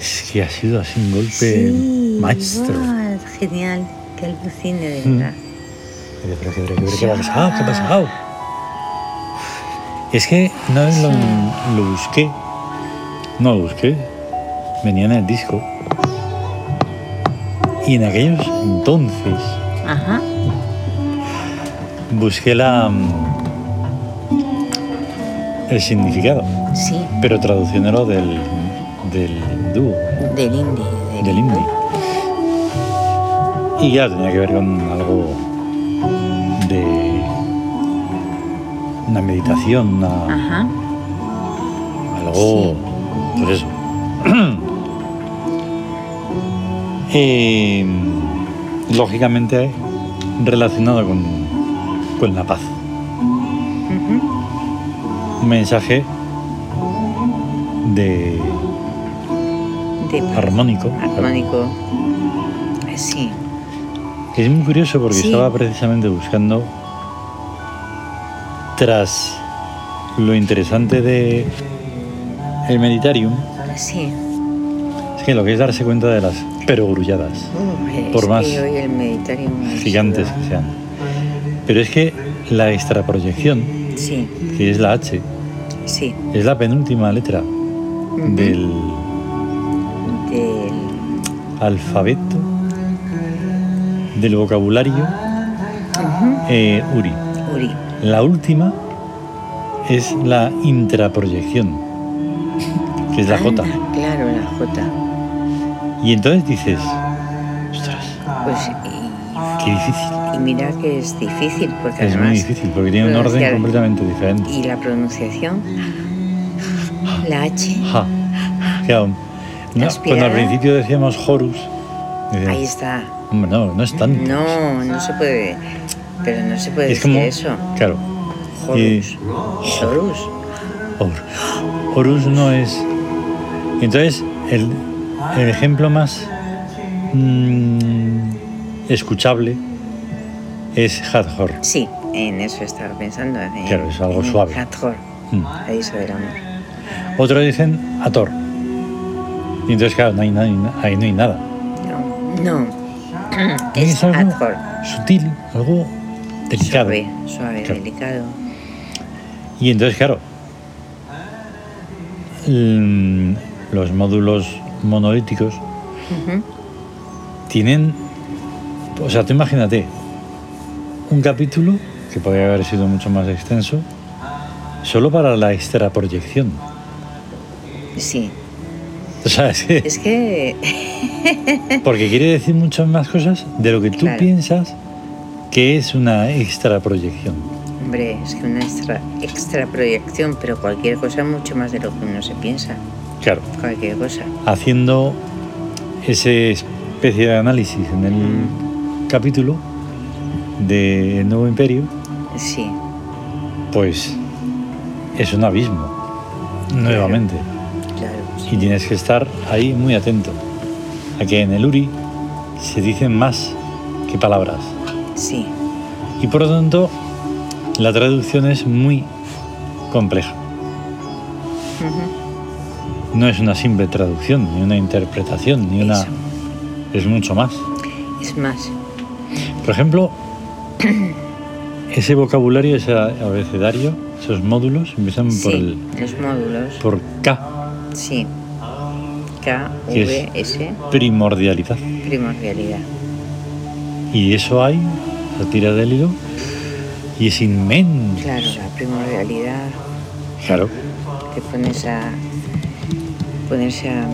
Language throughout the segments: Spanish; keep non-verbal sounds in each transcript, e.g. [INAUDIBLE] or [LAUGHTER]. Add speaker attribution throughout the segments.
Speaker 1: Sí, ha sido así un golpe
Speaker 2: Sí,
Speaker 1: maestro. Mm.
Speaker 2: guau, genial, que alucine de verdad.
Speaker 1: Pero, pero, pero, pero, ¿Qué ha pasado? ¿Qué ha pasado? Es que no lo, lo busqué. No lo busqué. Venía en el disco. Y en aquellos entonces
Speaker 2: Ajá.
Speaker 1: busqué la mm, el significado,
Speaker 2: Sí,
Speaker 1: pero traduciéndolo del, del dúo,
Speaker 2: del indie. del-
Speaker 1: del indie. Y ya tenía que ver con algo de una meditación, una-
Speaker 2: Ajá.
Speaker 1: algo, pues eso. [CLEARS THROAT] Eh, lógicamente relacionado con, con la paz.
Speaker 2: ujú,
Speaker 1: Un mensaje de
Speaker 2: De
Speaker 1: armónico.
Speaker 2: armónico. Eh, Sí.
Speaker 1: Que es muy curioso porque
Speaker 2: Sí.
Speaker 1: estaba precisamente buscando tras lo interesante de el meditarium
Speaker 2: Sí.
Speaker 1: es que lo que es darse cuenta de las perogrulladas
Speaker 2: Uh, eh,
Speaker 1: Por
Speaker 2: es
Speaker 1: más
Speaker 2: que hoy el meditario me
Speaker 1: gigantes que
Speaker 2: ayuda.
Speaker 1: sean pero es que la extraproyección
Speaker 2: Sí,
Speaker 1: que es la H
Speaker 2: sí.
Speaker 1: es la penúltima letra
Speaker 2: ujú,
Speaker 1: del
Speaker 2: del-
Speaker 1: alfabeto del vocabulario
Speaker 2: ujú,
Speaker 1: eh, Uri
Speaker 2: Uri.
Speaker 1: La última es la intraproyección, que es la J.
Speaker 2: Anda, Ah, Claro, la J.
Speaker 1: Y entonces dices, ostras,
Speaker 2: Pues y,
Speaker 1: qué difícil.
Speaker 2: y mira que es difícil, porque
Speaker 1: Es muy
Speaker 2: además
Speaker 1: difícil porque tiene un orden
Speaker 2: pronunciar.
Speaker 1: completamente diferente.
Speaker 2: Y la pronunciación, la H,
Speaker 1: Ja. O sea, un- no, cuando al
Speaker 2: Aspirada.
Speaker 1: principio decíamos Horus,
Speaker 2: ahí
Speaker 1: decíamos,
Speaker 2: está.
Speaker 1: hombre, no, no es tanto.
Speaker 2: No, no se puede. Pero no se puede
Speaker 1: es
Speaker 2: decir
Speaker 1: como,
Speaker 2: eso.
Speaker 1: claro,
Speaker 2: Horus. Horus.
Speaker 1: Horus. Horus no es. Entonces, el, el ejemplo más mm, escuchable es Hadhor.
Speaker 2: Sí, en eso estaba pensando. en-
Speaker 1: Claro, es algo
Speaker 2: en el
Speaker 1: suave.
Speaker 2: Hathor,
Speaker 1: Mm.
Speaker 2: la diosa del amor.
Speaker 1: Otros dicen Ator. Y entonces, claro, no hay, na- ahí no hay nada.
Speaker 2: No,
Speaker 1: Tiene
Speaker 2: es
Speaker 1: que ser algo
Speaker 2: Hathor.
Speaker 1: sutil, algo delicado.
Speaker 2: Suave, suave,
Speaker 1: Claro.
Speaker 2: delicado.
Speaker 1: Y entonces, claro, mm, los módulos monolíticos
Speaker 2: Ujú.
Speaker 1: tienen. O sea, tú imagínate un capítulo que podría haber sido mucho más extenso, solo para la extraproyección. [LAUGHS]
Speaker 2: Sí,
Speaker 1: O sea, es que-
Speaker 2: [LAUGHS] es que
Speaker 1: porque quiere decir muchas más cosas de lo que tú
Speaker 2: Claro.
Speaker 1: piensas que es una extraproyección.
Speaker 2: Hombre, es que una extra, extra proyección, pero cualquier cosa mucho más de lo que uno se piensa.
Speaker 1: Claro.
Speaker 2: Cualquier cosa.
Speaker 1: Haciendo ese especie de análisis en el capítulo de El Nuevo Imperio,
Speaker 2: Sí,
Speaker 1: pues es un abismo, nuevamente.
Speaker 2: claro.
Speaker 1: Y tienes que estar ahí muy atento. A que en el URI se dicen más que palabras.
Speaker 2: Sí,
Speaker 1: Y por lo tanto, la traducción es muy compleja.
Speaker 2: ujú,
Speaker 1: No es una simple traducción, ni una interpretación, ni una...
Speaker 2: Eso.
Speaker 1: Es mucho más.
Speaker 2: es más.
Speaker 1: Por ejemplo, ese vocabulario, ese abecedario, esos módulos empiezan por,
Speaker 2: Sí,
Speaker 1: el,
Speaker 2: los módulos.
Speaker 1: por K,
Speaker 2: Sí. K,
Speaker 1: Que
Speaker 2: V, S,
Speaker 1: primordialidad.
Speaker 2: primordialidad.
Speaker 1: Y eso hay, la tira del hilo, y es inmenso.
Speaker 2: Claro, la primordialidad
Speaker 1: Claro.
Speaker 2: te pones a ponerse a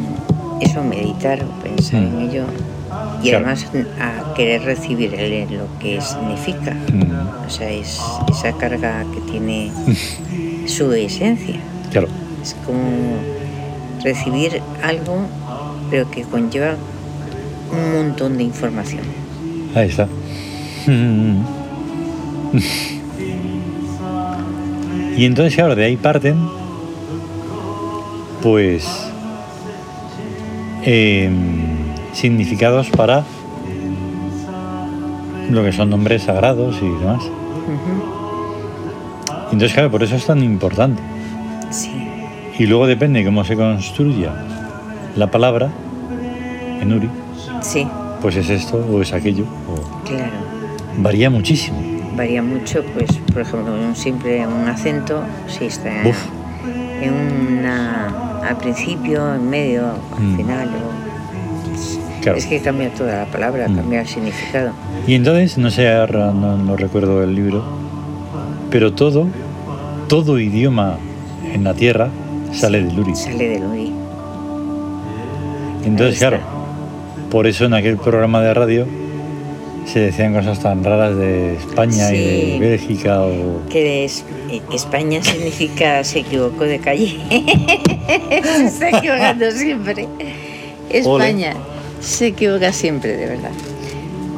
Speaker 2: eso, meditar, pensar
Speaker 1: Mm.
Speaker 2: en ello y
Speaker 1: Claro.
Speaker 2: además a querer recibir el- lo que significa.
Speaker 1: Mm,
Speaker 2: O sea, es esa carga que
Speaker 1: [LAUGHS]
Speaker 2: tiene su esencia.
Speaker 1: Claro.
Speaker 2: Es como recibir algo, pero que conlleva un montón de información.
Speaker 1: Ahí está. Mm. Y entonces, claro, de ahí parten, pues, em, significados para lo que son nombres sagrados y demás.
Speaker 2: Ujú,
Speaker 1: Y entonces, claro, por eso es tan importante.
Speaker 2: Sí,
Speaker 1: Y luego depende cómo se construya la palabra, en Uri,
Speaker 2: Sí,
Speaker 1: pues es esto o es aquello. o-
Speaker 2: claro.
Speaker 1: Varía muchísimo.
Speaker 2: Varía mucho, pues, por ejemplo, en un simple un acento, si está
Speaker 1: Uf.
Speaker 2: en una al principio, en medio, al
Speaker 1: Mm.
Speaker 2: final. o-
Speaker 1: Claro.
Speaker 2: Es que cambia toda la palabra,
Speaker 1: Mm.
Speaker 2: cambia el significado.
Speaker 1: Y entonces, no sé, ahora no, no recuerdo el libro, pero todo, todo idioma en la Tierra sale de Luri.
Speaker 2: Sale del Uri.
Speaker 1: Entonces,
Speaker 2: Ahí
Speaker 1: claro, por eso en aquel programa de radio se decían cosas tan raras de España y
Speaker 2: Sí.
Speaker 1: de Bélgica o...
Speaker 2: Que es- eh, España significa [LAUGHS] se equivocó de calle. [LAUGHS] se está equivocando siempre. España se equivoca siempre, de verdad.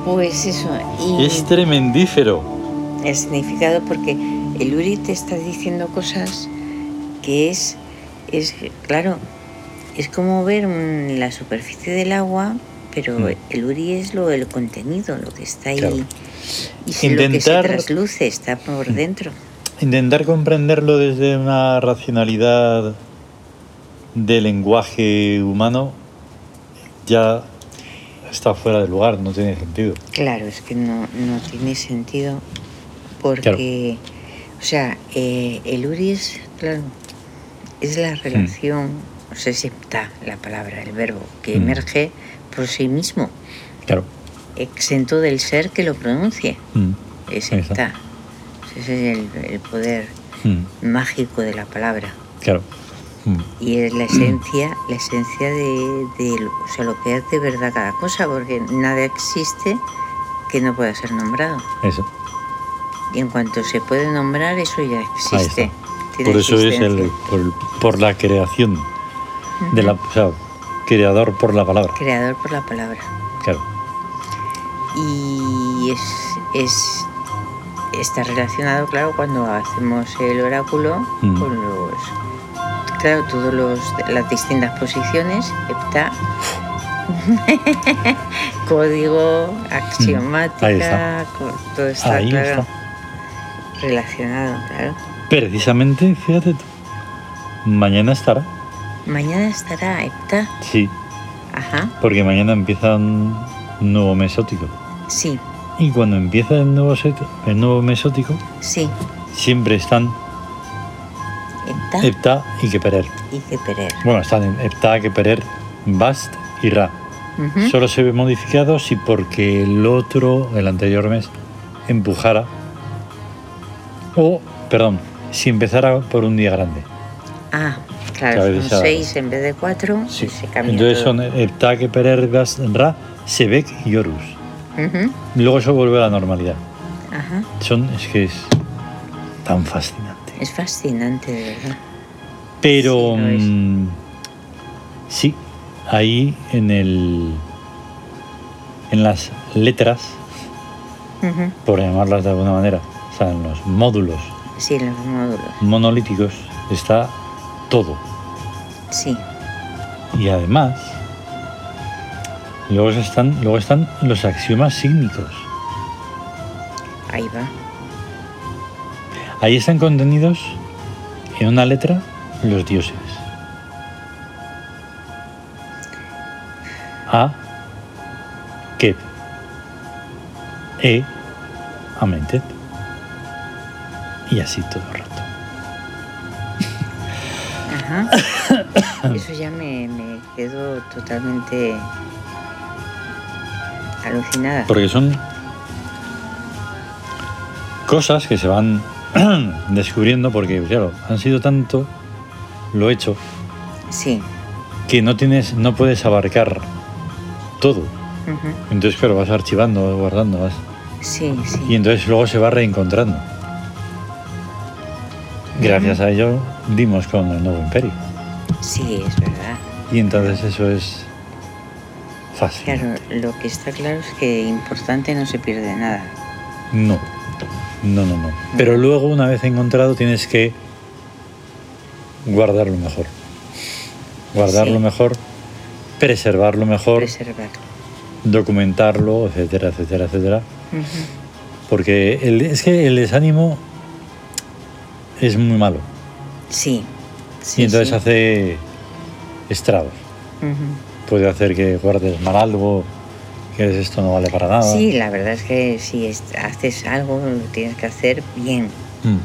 Speaker 2: Pues eso. Y
Speaker 1: tremendífero.
Speaker 2: el significado porque el Uri te está diciendo cosas que es, es claro, es como ver un- la superficie del agua, pero
Speaker 1: Mm.
Speaker 2: el Uri es lo el contenido, lo que está ahí.
Speaker 1: Claro.
Speaker 2: Y es lo que se
Speaker 1: Intentar- Mm.
Speaker 2: trasluce, está por dentro.
Speaker 1: Intentar comprenderlo desde una racionalidad de lenguaje humano ya está fuera de lugar, no tiene sentido.
Speaker 2: Claro, es que no, no tiene sentido porque, o sea, eh, el URI es, claro, es la
Speaker 1: Mm.
Speaker 2: relación, no sé si está la palabra, el verbo, que
Speaker 1: Mm.
Speaker 2: emerge por sí mismo,
Speaker 1: Claro.
Speaker 2: exento del ser que lo pronuncie.
Speaker 1: Mm,
Speaker 2: Es
Speaker 1: Ahí está.
Speaker 2: está. Ese es el, el poder
Speaker 1: mm,
Speaker 2: mágico de la palabra
Speaker 1: claro. Mm.
Speaker 2: y es
Speaker 1: [CLEARS THROAT]
Speaker 2: la esencia, la esencia de, de- o sea, lo que es de verdad cada cosa, porque nada existe que no pueda ser nombrado.
Speaker 1: Eso.
Speaker 2: Y en cuanto se puede nombrar, eso ya existe. Tiene
Speaker 1: Por eso es
Speaker 2: existencia.
Speaker 1: el, por, el- por la creación de la, o sea, creador por la palabra.
Speaker 2: Creador por la palabra.
Speaker 1: Claro.
Speaker 2: Y es, es- está relacionado, claro, cuando hacemos el oráculo
Speaker 1: Mm.
Speaker 2: con los. Claro, todas las distintas posiciones, hepta, [LAUGHS] código,
Speaker 1: Mm, Ahí
Speaker 2: axiomática,
Speaker 1: está.
Speaker 2: co- todo está,
Speaker 1: Ahí
Speaker 2: claro,
Speaker 1: está.
Speaker 2: relacionado, claro.
Speaker 1: Precisamente, fíjate tú. Mañana estará.
Speaker 2: Mañana estará hepta,
Speaker 1: Sí,
Speaker 2: ajá,
Speaker 1: porque mañana empieza un nuevo mesótico.
Speaker 2: sí,
Speaker 1: Y cuando empieza el nuevo, set- el nuevo mesótico,
Speaker 2: sí,
Speaker 1: siempre están
Speaker 2: hepta
Speaker 1: Heptá y Keperer.
Speaker 2: y Keperer.
Speaker 1: Bueno, están en Heptá, Keperer, Bast y Ra.
Speaker 2: Ujú.
Speaker 1: Solo se ve modificado si porque el otro, el anterior mes, empujara. O, perdón, si empezara por un día grande.
Speaker 2: Ah,
Speaker 1: Que a
Speaker 2: claro,
Speaker 1: veces
Speaker 2: son
Speaker 1: ha-
Speaker 2: 6 en vez de 4 se cambia.
Speaker 1: Entonces
Speaker 2: todo.
Speaker 1: son Heptá, Keperer, Bast, Ra, Sebek y Horus.
Speaker 2: Ujú,
Speaker 1: Luego eso vuelve a la normalidad.
Speaker 2: Ajá.
Speaker 1: Son, es que es tan fascinante.
Speaker 2: Es fascinante, de verdad.
Speaker 1: Pero
Speaker 2: Sí, lo es.
Speaker 1: mm, sí, ahí en el en las letras,
Speaker 2: Ujú.
Speaker 1: por llamarlas de alguna manera, o sea, en los módulos
Speaker 2: Sí, los módulos.
Speaker 1: monolíticos está todo.
Speaker 2: Sí,
Speaker 1: Y además, luego están, luego están los axiomas sísmicos.
Speaker 2: ahí va.
Speaker 1: Ahí están contenidos en una letra los dioses. A. Kep. E. Amentet. Y así todo el rato.
Speaker 2: Ajá. [COUGHS] Eso ya me, me quedo totalmente alucinada.
Speaker 1: Porque son cosas que se van [CLEARS THROAT] descubriendo porque, claro, han sido tanto lo hecho
Speaker 2: Sí.
Speaker 1: que no tienes, no puedes abarcar todo.
Speaker 2: ujú.
Speaker 1: Entonces, claro, vas archivando, vas guardando, vas.
Speaker 2: Sí,
Speaker 1: Y
Speaker 2: sí.
Speaker 1: entonces luego se va reencontrando. Gracias a ello dimos con el nuevo imperio.
Speaker 2: Sí, es verdad.
Speaker 1: Y entonces eso es fácil.
Speaker 2: Claro, lo que está claro es que importante no se pierde nada.
Speaker 1: No, no, no, no. Pero luego, una vez encontrado, tienes que guardarlo mejor. Guardarlo
Speaker 2: Sí.
Speaker 1: mejor, preservarlo mejor,
Speaker 2: Preservarlo.
Speaker 1: documentarlo, etcétera, etcétera, etcétera.
Speaker 2: Ujú.
Speaker 1: Porque el- es que el desánimo es muy malo.
Speaker 2: Sí. sí,
Speaker 1: y entonces
Speaker 2: sí.
Speaker 1: hace estragos.
Speaker 2: Ujú.
Speaker 1: puede hacer que guardes mal algo, que esto no Ah, vale para nada.
Speaker 2: Sí, la verdad es que si es- haces algo, lo tienes que hacer bien,
Speaker 1: Mm.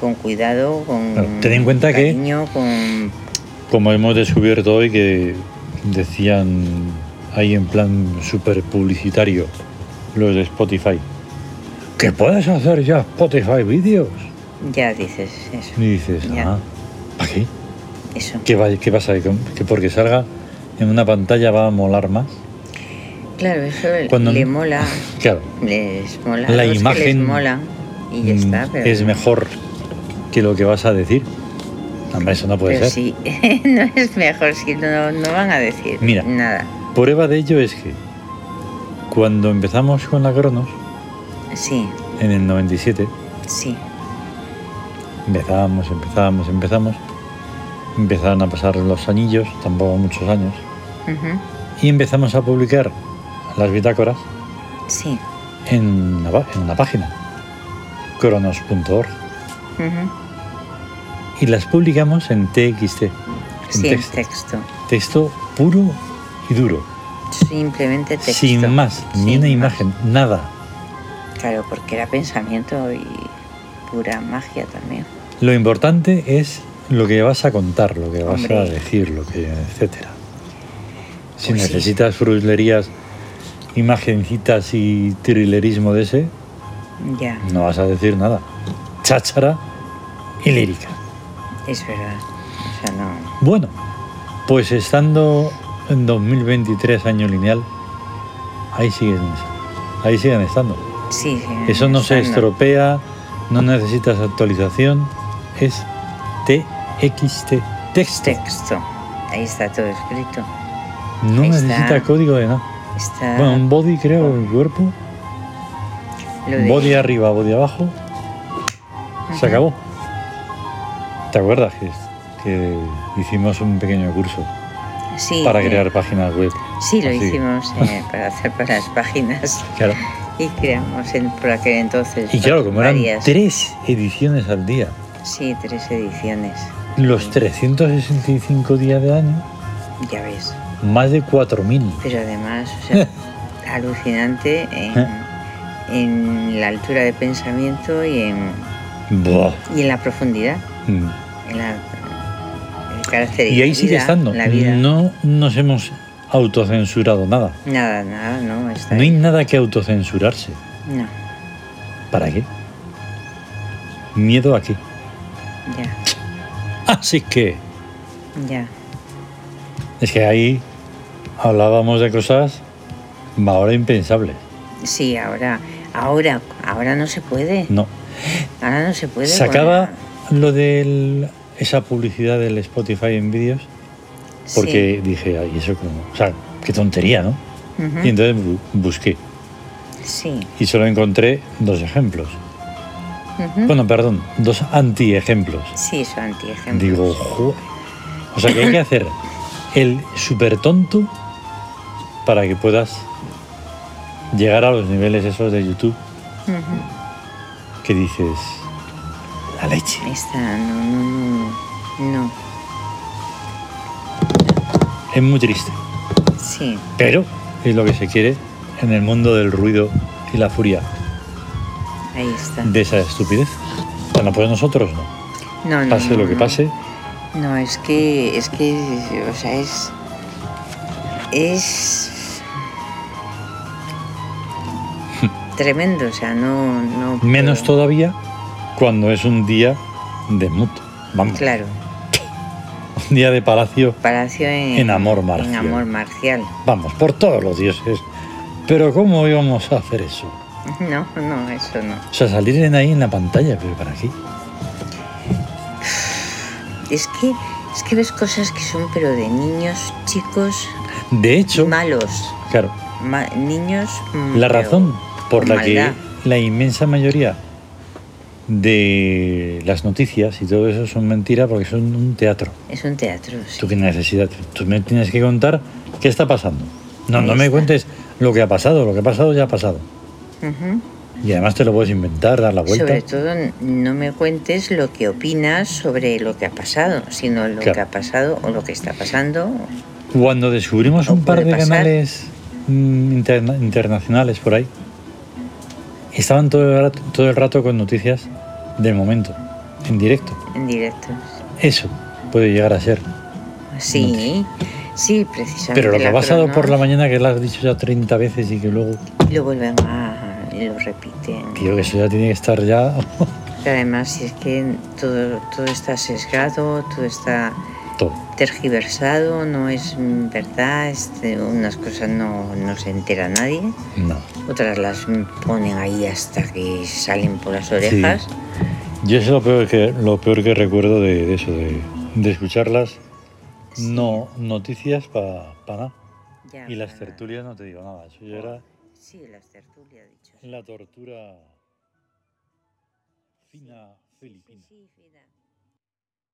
Speaker 2: con cuidado, con.
Speaker 1: Claro, ten en cuenta que-
Speaker 2: cariño, Con...
Speaker 1: Como hemos descubierto hoy que decían ahí en plan super publicitario los de Spotify. Que puedes hacer ya Spotify vídeos.
Speaker 2: Ya dices eso.
Speaker 1: Y dices,
Speaker 2: Ya.
Speaker 1: ah, ¿para qué?
Speaker 2: eso.
Speaker 1: ¿Qué, va- qué pasa? ¿Que que porque salga en una pantalla va a molar más?
Speaker 2: Claro, eso
Speaker 1: Cuando-
Speaker 2: le mola.
Speaker 1: Claro,
Speaker 2: Les mola.
Speaker 1: La
Speaker 2: a los que
Speaker 1: imagen,
Speaker 2: les mola. Y ya está.
Speaker 1: mm,
Speaker 2: Pero,
Speaker 1: es mejor que lo que vas a decir. Hombre, eso no puede
Speaker 2: pero
Speaker 1: ser.
Speaker 2: sí, [LAUGHS] no es mejor si no, no van a decir
Speaker 1: Mira.
Speaker 2: nada.
Speaker 1: Prueba de ello es que cuando empezamos con la Cronos,
Speaker 2: Sí,
Speaker 1: en el 97,
Speaker 2: sí.
Speaker 1: Empezábamos, empezábamos, empezamos. Empezaron a pasar los anillos, tampoco muchos años.
Speaker 2: ujú,
Speaker 1: Y empezamos a publicar las bitácoras
Speaker 2: Sí.
Speaker 1: en una, pa- en una página, cronos.org.
Speaker 2: ujú,
Speaker 1: Y las publicamos en TXT, en
Speaker 2: Sí, en
Speaker 1: text-
Speaker 2: texto.
Speaker 1: texto puro y duro,
Speaker 2: Simplemente texto.
Speaker 1: sin más, ni
Speaker 2: sin
Speaker 1: una
Speaker 2: más.
Speaker 1: imagen, nada.
Speaker 2: Claro, porque era pensamiento y pura magia también.
Speaker 1: Lo importante es lo que vas a contar, lo que vas a
Speaker 2: Hombre.
Speaker 1: decir, lo que, etcétera. Si
Speaker 2: Pues sí.
Speaker 1: necesitas fruslerías, imagencitas y trilerismo de ese,
Speaker 2: Ya,
Speaker 1: no vas a decir nada. Cháchara y lírica. Mm.
Speaker 2: es verdad. O sea, no.
Speaker 1: Bueno, pues estando en 2023 año lineal, ahí siguen, ahí siguen estando.
Speaker 2: Sí, sí,
Speaker 1: Eso no se
Speaker 2: Mm, estando.
Speaker 1: estropea, no necesitas actualización, es TXT, texto.
Speaker 2: Texto. Ahí está todo escrito.
Speaker 1: No
Speaker 2: Ahí
Speaker 1: necesita
Speaker 2: está. Ah.
Speaker 1: código de nada.
Speaker 2: Está
Speaker 1: Bueno, un body creo, un cuerpo.
Speaker 2: lo de-
Speaker 1: Body arriba, body abajo. Se
Speaker 2: Ujú.
Speaker 1: acabó. ¿Te acuerdas que, que hicimos un pequeño curso
Speaker 2: Sí,
Speaker 1: para
Speaker 2: eh,
Speaker 1: crear páginas web?
Speaker 2: Sí, lo
Speaker 1: Así. [LAUGHS]
Speaker 2: hicimos eh, para hacer para las páginas
Speaker 1: Claro.
Speaker 2: y creamos en, por aquel entonces.
Speaker 1: Y claro, como eran
Speaker 2: varias-
Speaker 1: tres ediciones al día,
Speaker 2: Sí, tres ediciones.
Speaker 1: los 365 días del año,
Speaker 2: Ya ves.
Speaker 1: más de 4.000.
Speaker 2: Pero además, o
Speaker 1: [LAUGHS]
Speaker 2: sea, alucinante en,
Speaker 1: ¿Eh?
Speaker 2: en la altura de pensamiento y en,
Speaker 1: Buah.
Speaker 2: y en la profundidad,
Speaker 1: Mm.
Speaker 2: en la el carácter
Speaker 1: Y ahí
Speaker 2: la
Speaker 1: sigue
Speaker 2: vida,
Speaker 1: estando.
Speaker 2: La vida.
Speaker 1: No nos hemos autocensurado nada.
Speaker 2: Nada, nada, no. Está
Speaker 1: No hay
Speaker 2: ahí.
Speaker 1: nada que autocensurarse.
Speaker 2: No,
Speaker 1: ¿Para qué? ¿Miedo a qué?
Speaker 2: ya,
Speaker 1: Así Ah, que,
Speaker 2: ya.
Speaker 1: es que ahí hablábamos de cosas ahora impensables.
Speaker 2: Sí, ahora, ahora, ahora no se puede.
Speaker 1: No.
Speaker 2: Ahora no se puede. con
Speaker 1: Sacaba
Speaker 2: la-
Speaker 1: lo de esa publicidad del Spotify en vídeos porque dije, ay, eso como. O sea, qué tontería, ¿no?
Speaker 2: Sí. Ujú.
Speaker 1: Y entonces bu- busqué
Speaker 2: Sí.
Speaker 1: y solo encontré dos ejemplos.
Speaker 2: ujú.
Speaker 1: Bueno, perdón, dos anti-ejemplos.
Speaker 2: Sí, son antiejemplos.
Speaker 1: Digo, "Jo". o sea que hay que hacer el súper tonto para que puedas llegar a los niveles esos de YouTube
Speaker 2: Ujú.
Speaker 1: que dices la leche.
Speaker 2: Esta, no, no, no. No,
Speaker 1: Es muy triste,
Speaker 2: sí,
Speaker 1: pero es lo que se quiere en el mundo del ruido y la furia
Speaker 2: ahí está.
Speaker 1: de esa estupidez. Bueno, pues nosotros no.
Speaker 2: No, no,
Speaker 1: Pase
Speaker 2: no,
Speaker 1: lo que
Speaker 2: no.
Speaker 1: pase,
Speaker 2: No, es que, es que, o sea, es.
Speaker 1: [LAUGHS]
Speaker 2: Es. Tremendo, o sea, no. no puedo.
Speaker 1: menos todavía cuando es un día de mut. Vamos,
Speaker 2: Claro,
Speaker 1: un día de palacio
Speaker 2: Palacio en.
Speaker 1: En amor marcial.
Speaker 2: En amor marcial. [LAUGHS]
Speaker 1: Vamos, por todos los dioses. Pero ¿cómo íbamos a hacer eso?
Speaker 2: No, no, eso no.
Speaker 1: O sea, salir en ahí en la pantalla, pero ¿para qué?
Speaker 2: Es que, es que ves cosas que son, pero de niños, chicos,
Speaker 1: De hecho,
Speaker 2: malos.
Speaker 1: claro,
Speaker 2: Ma- niños. mm,
Speaker 1: la
Speaker 2: pero
Speaker 1: razón por
Speaker 2: con
Speaker 1: la que
Speaker 2: maldad.
Speaker 1: la inmensa mayoría de las noticias y todo eso son mentira porque son un teatro.
Speaker 2: Es un teatro, sí.
Speaker 1: ¿Tú qué necesidad? Tú me tienes que contar qué está pasando. No,
Speaker 2: Ahí
Speaker 1: no me
Speaker 2: está.
Speaker 1: cuentes lo que ha pasado, lo que ha pasado ya ha pasado.
Speaker 2: Ujú.
Speaker 1: Y además te lo puedes inventar, dar la vuelta.
Speaker 2: Sobre todo, n- no me cuentes lo que opinas sobre lo que ha pasado, sino lo
Speaker 1: Claro.
Speaker 2: que ha pasado o lo que está pasando. o-
Speaker 1: Cuando descubrimos
Speaker 2: No
Speaker 1: un par
Speaker 2: puede
Speaker 1: de
Speaker 2: pasar.
Speaker 1: canales mm, interna- internacionales por ahí, estaban todo el, rato, todo el rato con noticias de momento, en directo.
Speaker 2: en directo.
Speaker 1: Eso puede llegar a ser.
Speaker 2: Sí, sí, precisamente.
Speaker 1: Pero lo que
Speaker 2: la
Speaker 1: ha pasado por la
Speaker 2: crono-
Speaker 1: mañana, que lo has dicho ya 30 veces y que luego,
Speaker 2: Lo vuelven a... y lo repiten.
Speaker 1: tío, que eso ya tiene que estar ya [LAUGHS]
Speaker 2: Que Además, si es que todo, todo está sesgado, todo está
Speaker 1: todo.
Speaker 2: tergiversado, no es mm, verdad, este, unas cosas no, no se entera nadie,
Speaker 1: No.
Speaker 2: otras las mm, ponen ahí hasta que salen por las orejas.
Speaker 1: Yo eso es lo peor que, lo peor que recuerdo de, de eso, de, de escucharlas. No, noticias para nada.
Speaker 2: Ya,
Speaker 1: Y las
Speaker 2: para-
Speaker 1: tertulias no te digo nada, eso ya era
Speaker 2: Sí, las tertulias, dicho.
Speaker 1: la tortura fina
Speaker 2: Sí,
Speaker 1: filipina.
Speaker 2: sí, mira.